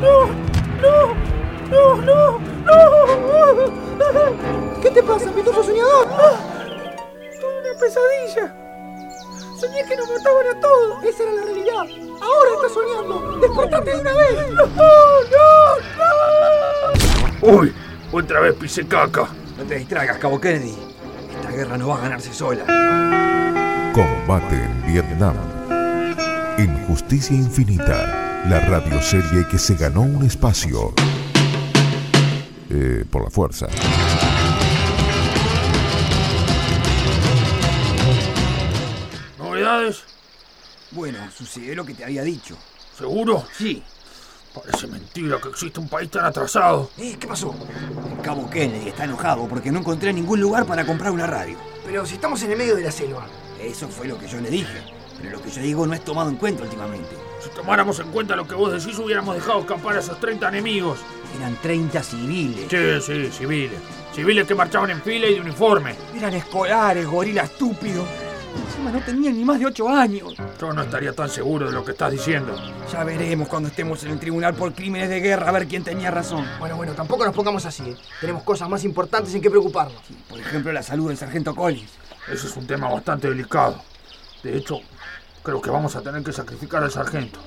¡No! ¡No! ¡No! ¡No! ¡No! ¿Qué te pasa, pitufo soñador? Tuve una pesadilla. Soñé que nos mataban a todos. Esa era la realidad. Ahora estás soñando. Despertate de una vez. ¡No! ¡No! ¡No! ¡Uy! Otra vez pisé caca. No te distraigas, Cabo Kennedy. Esta guerra no va a ganarse sola. Combate en Vietnam. En Justicia Infinita, la radioserie que se ganó un espacio eh, por la fuerza. ¿Novedades? Bueno, sucedió lo que te había dicho. ¿Seguro? Sí. Parece mentira que existe un país tan atrasado. Eh, ¿Qué pasó? El Cabo Kennedy está enojado porque no encontré ningún lugar para comprar una radio. Pero si estamos en el medio de la selva. Eso fue lo que yo le dije. Pero lo que yo digo no es tomado en cuenta últimamente. Si tomáramos en cuenta lo que vos decís, hubiéramos dejado escapar a esos 30 enemigos. Eran 30 civiles. Sí, sí, civiles. Civiles que marchaban en fila y de uniforme. Eran escolares, gorila estúpido. Encima no tenían ni más de 8 años. Yo no estaría tan seguro de lo que estás diciendo. Ya veremos cuando estemos en el tribunal por crímenes de guerra a ver quién tenía razón. Bueno, bueno, tampoco nos pongamos así. ¿eh? Tenemos cosas más importantes en que preocuparnos. Por ejemplo, la salud del sargento Collins. Ese es un tema bastante delicado. De hecho, creo que vamos a tener que sacrificar al sargento.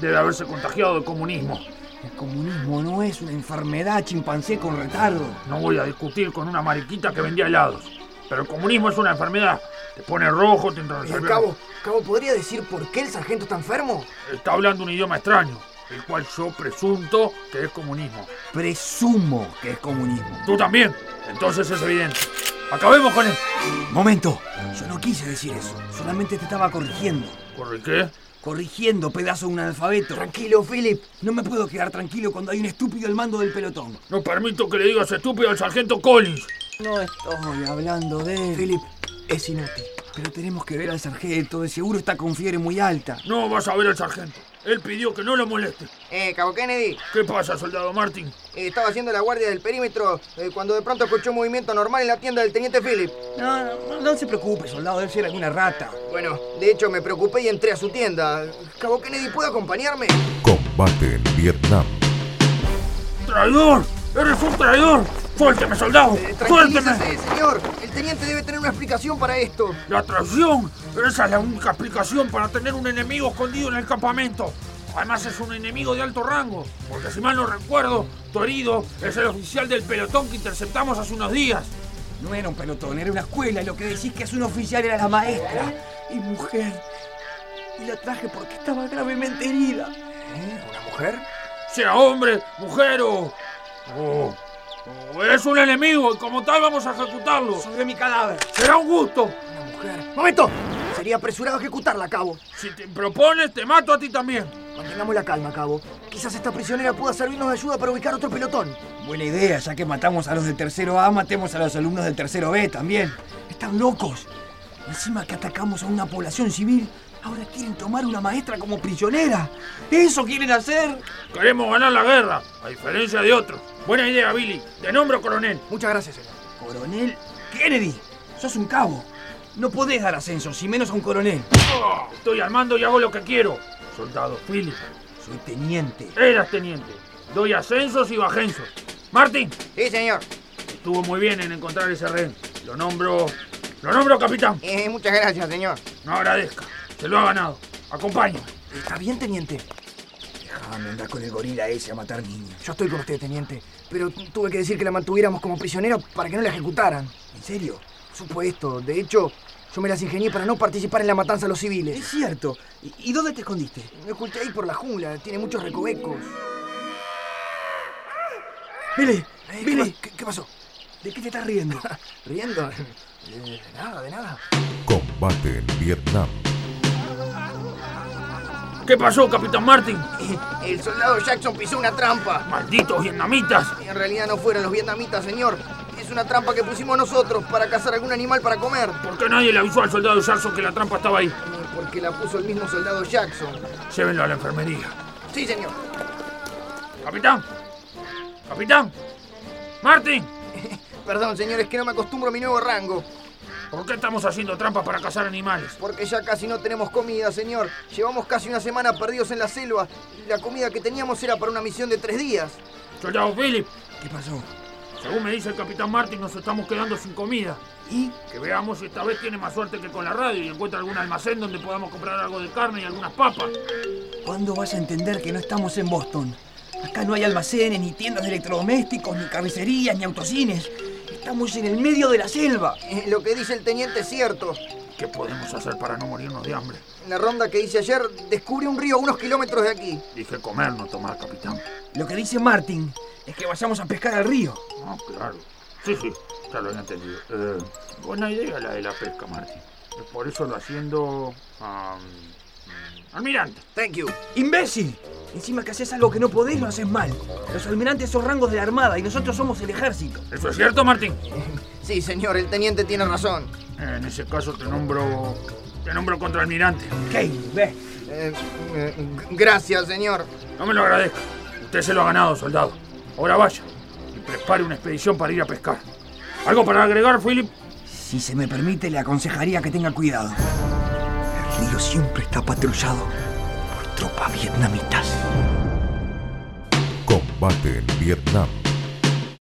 Debe haberse contagiado de comunismo. El comunismo no es una enfermedad, chimpancé con retardo. No voy a discutir con una mariquita que vendía helados. Pero el comunismo es una enfermedad. Te pone rojo, te Y entorpece. al cabo, cabo, ¿podría decir por qué el sargento está enfermo? Está hablando un idioma extraño, el cual yo presunto que es comunismo. Presumo que es comunismo. Tú también. Entonces es evidente. Acabemos con él. Momento, yo no quise decir eso. Solamente te estaba corrigiendo. ¿Corre qué? Corrigiendo, pedazo de un analfabeto. Tranquilo, Philip. No me puedo quedar tranquilo cuando hay un estúpido al mando del pelotón. No permito que le digas estúpido al sargento Collins. No estoy hablando de él. Philip, es inútil. Pero tenemos que ver al sargento. De seguro está con fiebre muy alta. No vas a ver al sargento. Él pidió que no lo moleste. Eh, cabo Kennedy, ¿Qué pasa, soldado Martin? eh, estaba haciendo la guardia del perímetro eh, cuando de pronto escuchó un movimiento normal en la tienda del teniente Philip. No, no, no se preocupe, soldado. Debe ser alguna rata. Bueno, de hecho me preocupé y entré a su tienda. Cabo Kennedy, ¿puede acompañarme? Combate en Vietnam. ¡Traidor! ¡Eres un traidor! ¡Suélteme, soldado! Eh, ¡Suélteme! tranquilícese, señor. El teniente debe tener una explicación para esto. ¡La traición! Esa es la única explicación para tener un enemigo escondido en el campamento. Además es un enemigo de alto rango, porque si mal no recuerdo, Torido es el oficial del pelotón que interceptamos hace unos días. No era un pelotón, era una escuela. Y lo que decís que es un oficial era la maestra. Y mujer. Y la traje porque estaba gravemente herida. ¿Eh? ¿Una mujer? Sea hombre, mujer o... o- o es un enemigo y como tal vamos a ejecutarlo. Sobre mi cadáver. Será un gusto. Una mujer. ¡Momento! Sería apresurado ejecutarla, cabo. Si te propones, te mato a ti también. Mantengamos la calma, cabo. Quizás esta prisionera pueda servirnos de ayuda para ubicar otro pelotón. Buena idea, ya que matamos a los del tercero A, matemos a los alumnos del tercero B también. Están locos. Encima que atacamos a una población civil, ahora quieren tomar una maestra como prisionera. ¿Eso quieren hacer? Queremos ganar la guerra, a diferencia de otros. Buena idea, Billy. Te nombro coronel. Muchas gracias, señor. Coronel Kennedy, sos un cabo. No podés dar ascensos, y menos a un coronel. Oh, Estoy al mando y hago lo que quiero. Soldado Philip, Soy teniente. eras teniente. Doy ascensos y bajensos. Martín, Sí, señor. estuvo muy bien en encontrar ese rehén. Lo nombro... Lo nombro capitán. Eh, muchas gracias, señor. No agradezca. Se lo ha ganado. Acompáñame. Está bien, teniente. Déjame andar con el gorila ese a matar niños. Yo estoy con usted, teniente. Pero tuve que decir que la mantuviéramos como prisionera para que no la ejecutaran. ¿En serio? Por supuesto. De hecho, yo me las ingenié para no participar en la matanza a los civiles. Es cierto. ¿Y, y dónde te escondiste? Me oculté ahí por la jungla. Tiene muchos recovecos. Billy, Eh, ¿qué Billy, pa- ¿qué, qué pasó? ¿de qué te estás riendo? ¿Riendo? Eh, de nada, de nada. Combate en Vietnam. ¿Qué pasó, capitán Martin? El soldado Jackson pisó una trampa. Malditos vietnamitas. En realidad no fueron los vietnamitas, señor. Es una trampa que pusimos nosotros para cazar algún animal para comer. ¿Por qué nadie le avisó al soldado Jackson que la trampa estaba ahí? Eh, Porque la puso el mismo soldado Jackson. Llévenlo a la enfermería. Sí, señor. Capitán. Capitán. Martin. Perdón, señor, es que no me acostumbro a mi nuevo rango. ¿Por qué estamos haciendo trampas para cazar animales? Porque ya casi no tenemos comida, señor. Llevamos casi una semana perdidos en la selva y la comida que teníamos era para una misión de tres días. Soldado Philip, ¿Qué pasó? según me dice el capitán Martin, nos estamos quedando sin comida. ¿Y? Que veamos si esta vez tiene más suerte que con la radio y encuentra algún almacén donde podamos comprar algo de carne y algunas papas. ¿Cuándo vas a entender que no estamos en Boston? Acá no hay almacenes, ni tiendas de electrodomésticos, ni carnicerías, ni autocines. Estamos en el medio de la selva. Eh, Lo que dice el teniente es cierto. ¿Qué podemos hacer para no morirnos de hambre? En la ronda que hice ayer, descubrí un río a unos kilómetros de aquí. Dije comer, no tomar, capitán. Lo que dice Martin es que vayamos a pescar al río. Ah, claro. Sí, sí, ya lo he entendido. Eh, buena idea la de la pesca, Martín. Es Por eso lo haciendo... am, almirante. Thank you. ¡Imbécil! Encima que haces algo que no podés, lo haces mal. Los almirantes son rangos de la Armada y nosotros somos el ejército. ¿Eso es cierto, Martín? Sí, señor, el teniente tiene razón. En ese caso te nombro... Te nombro contraalmirante. Kane, ve. Eh, eh, g- gracias, señor. No me lo agradezca. Usted se lo ha ganado, soldado. Ahora vaya y prepare una expedición para ir a pescar. ¿Algo para agregar, Philip? Si se me permite, le aconsejaría que tenga cuidado. El río siempre está patrullado por tropas vietnamitas. Combate en Vietnam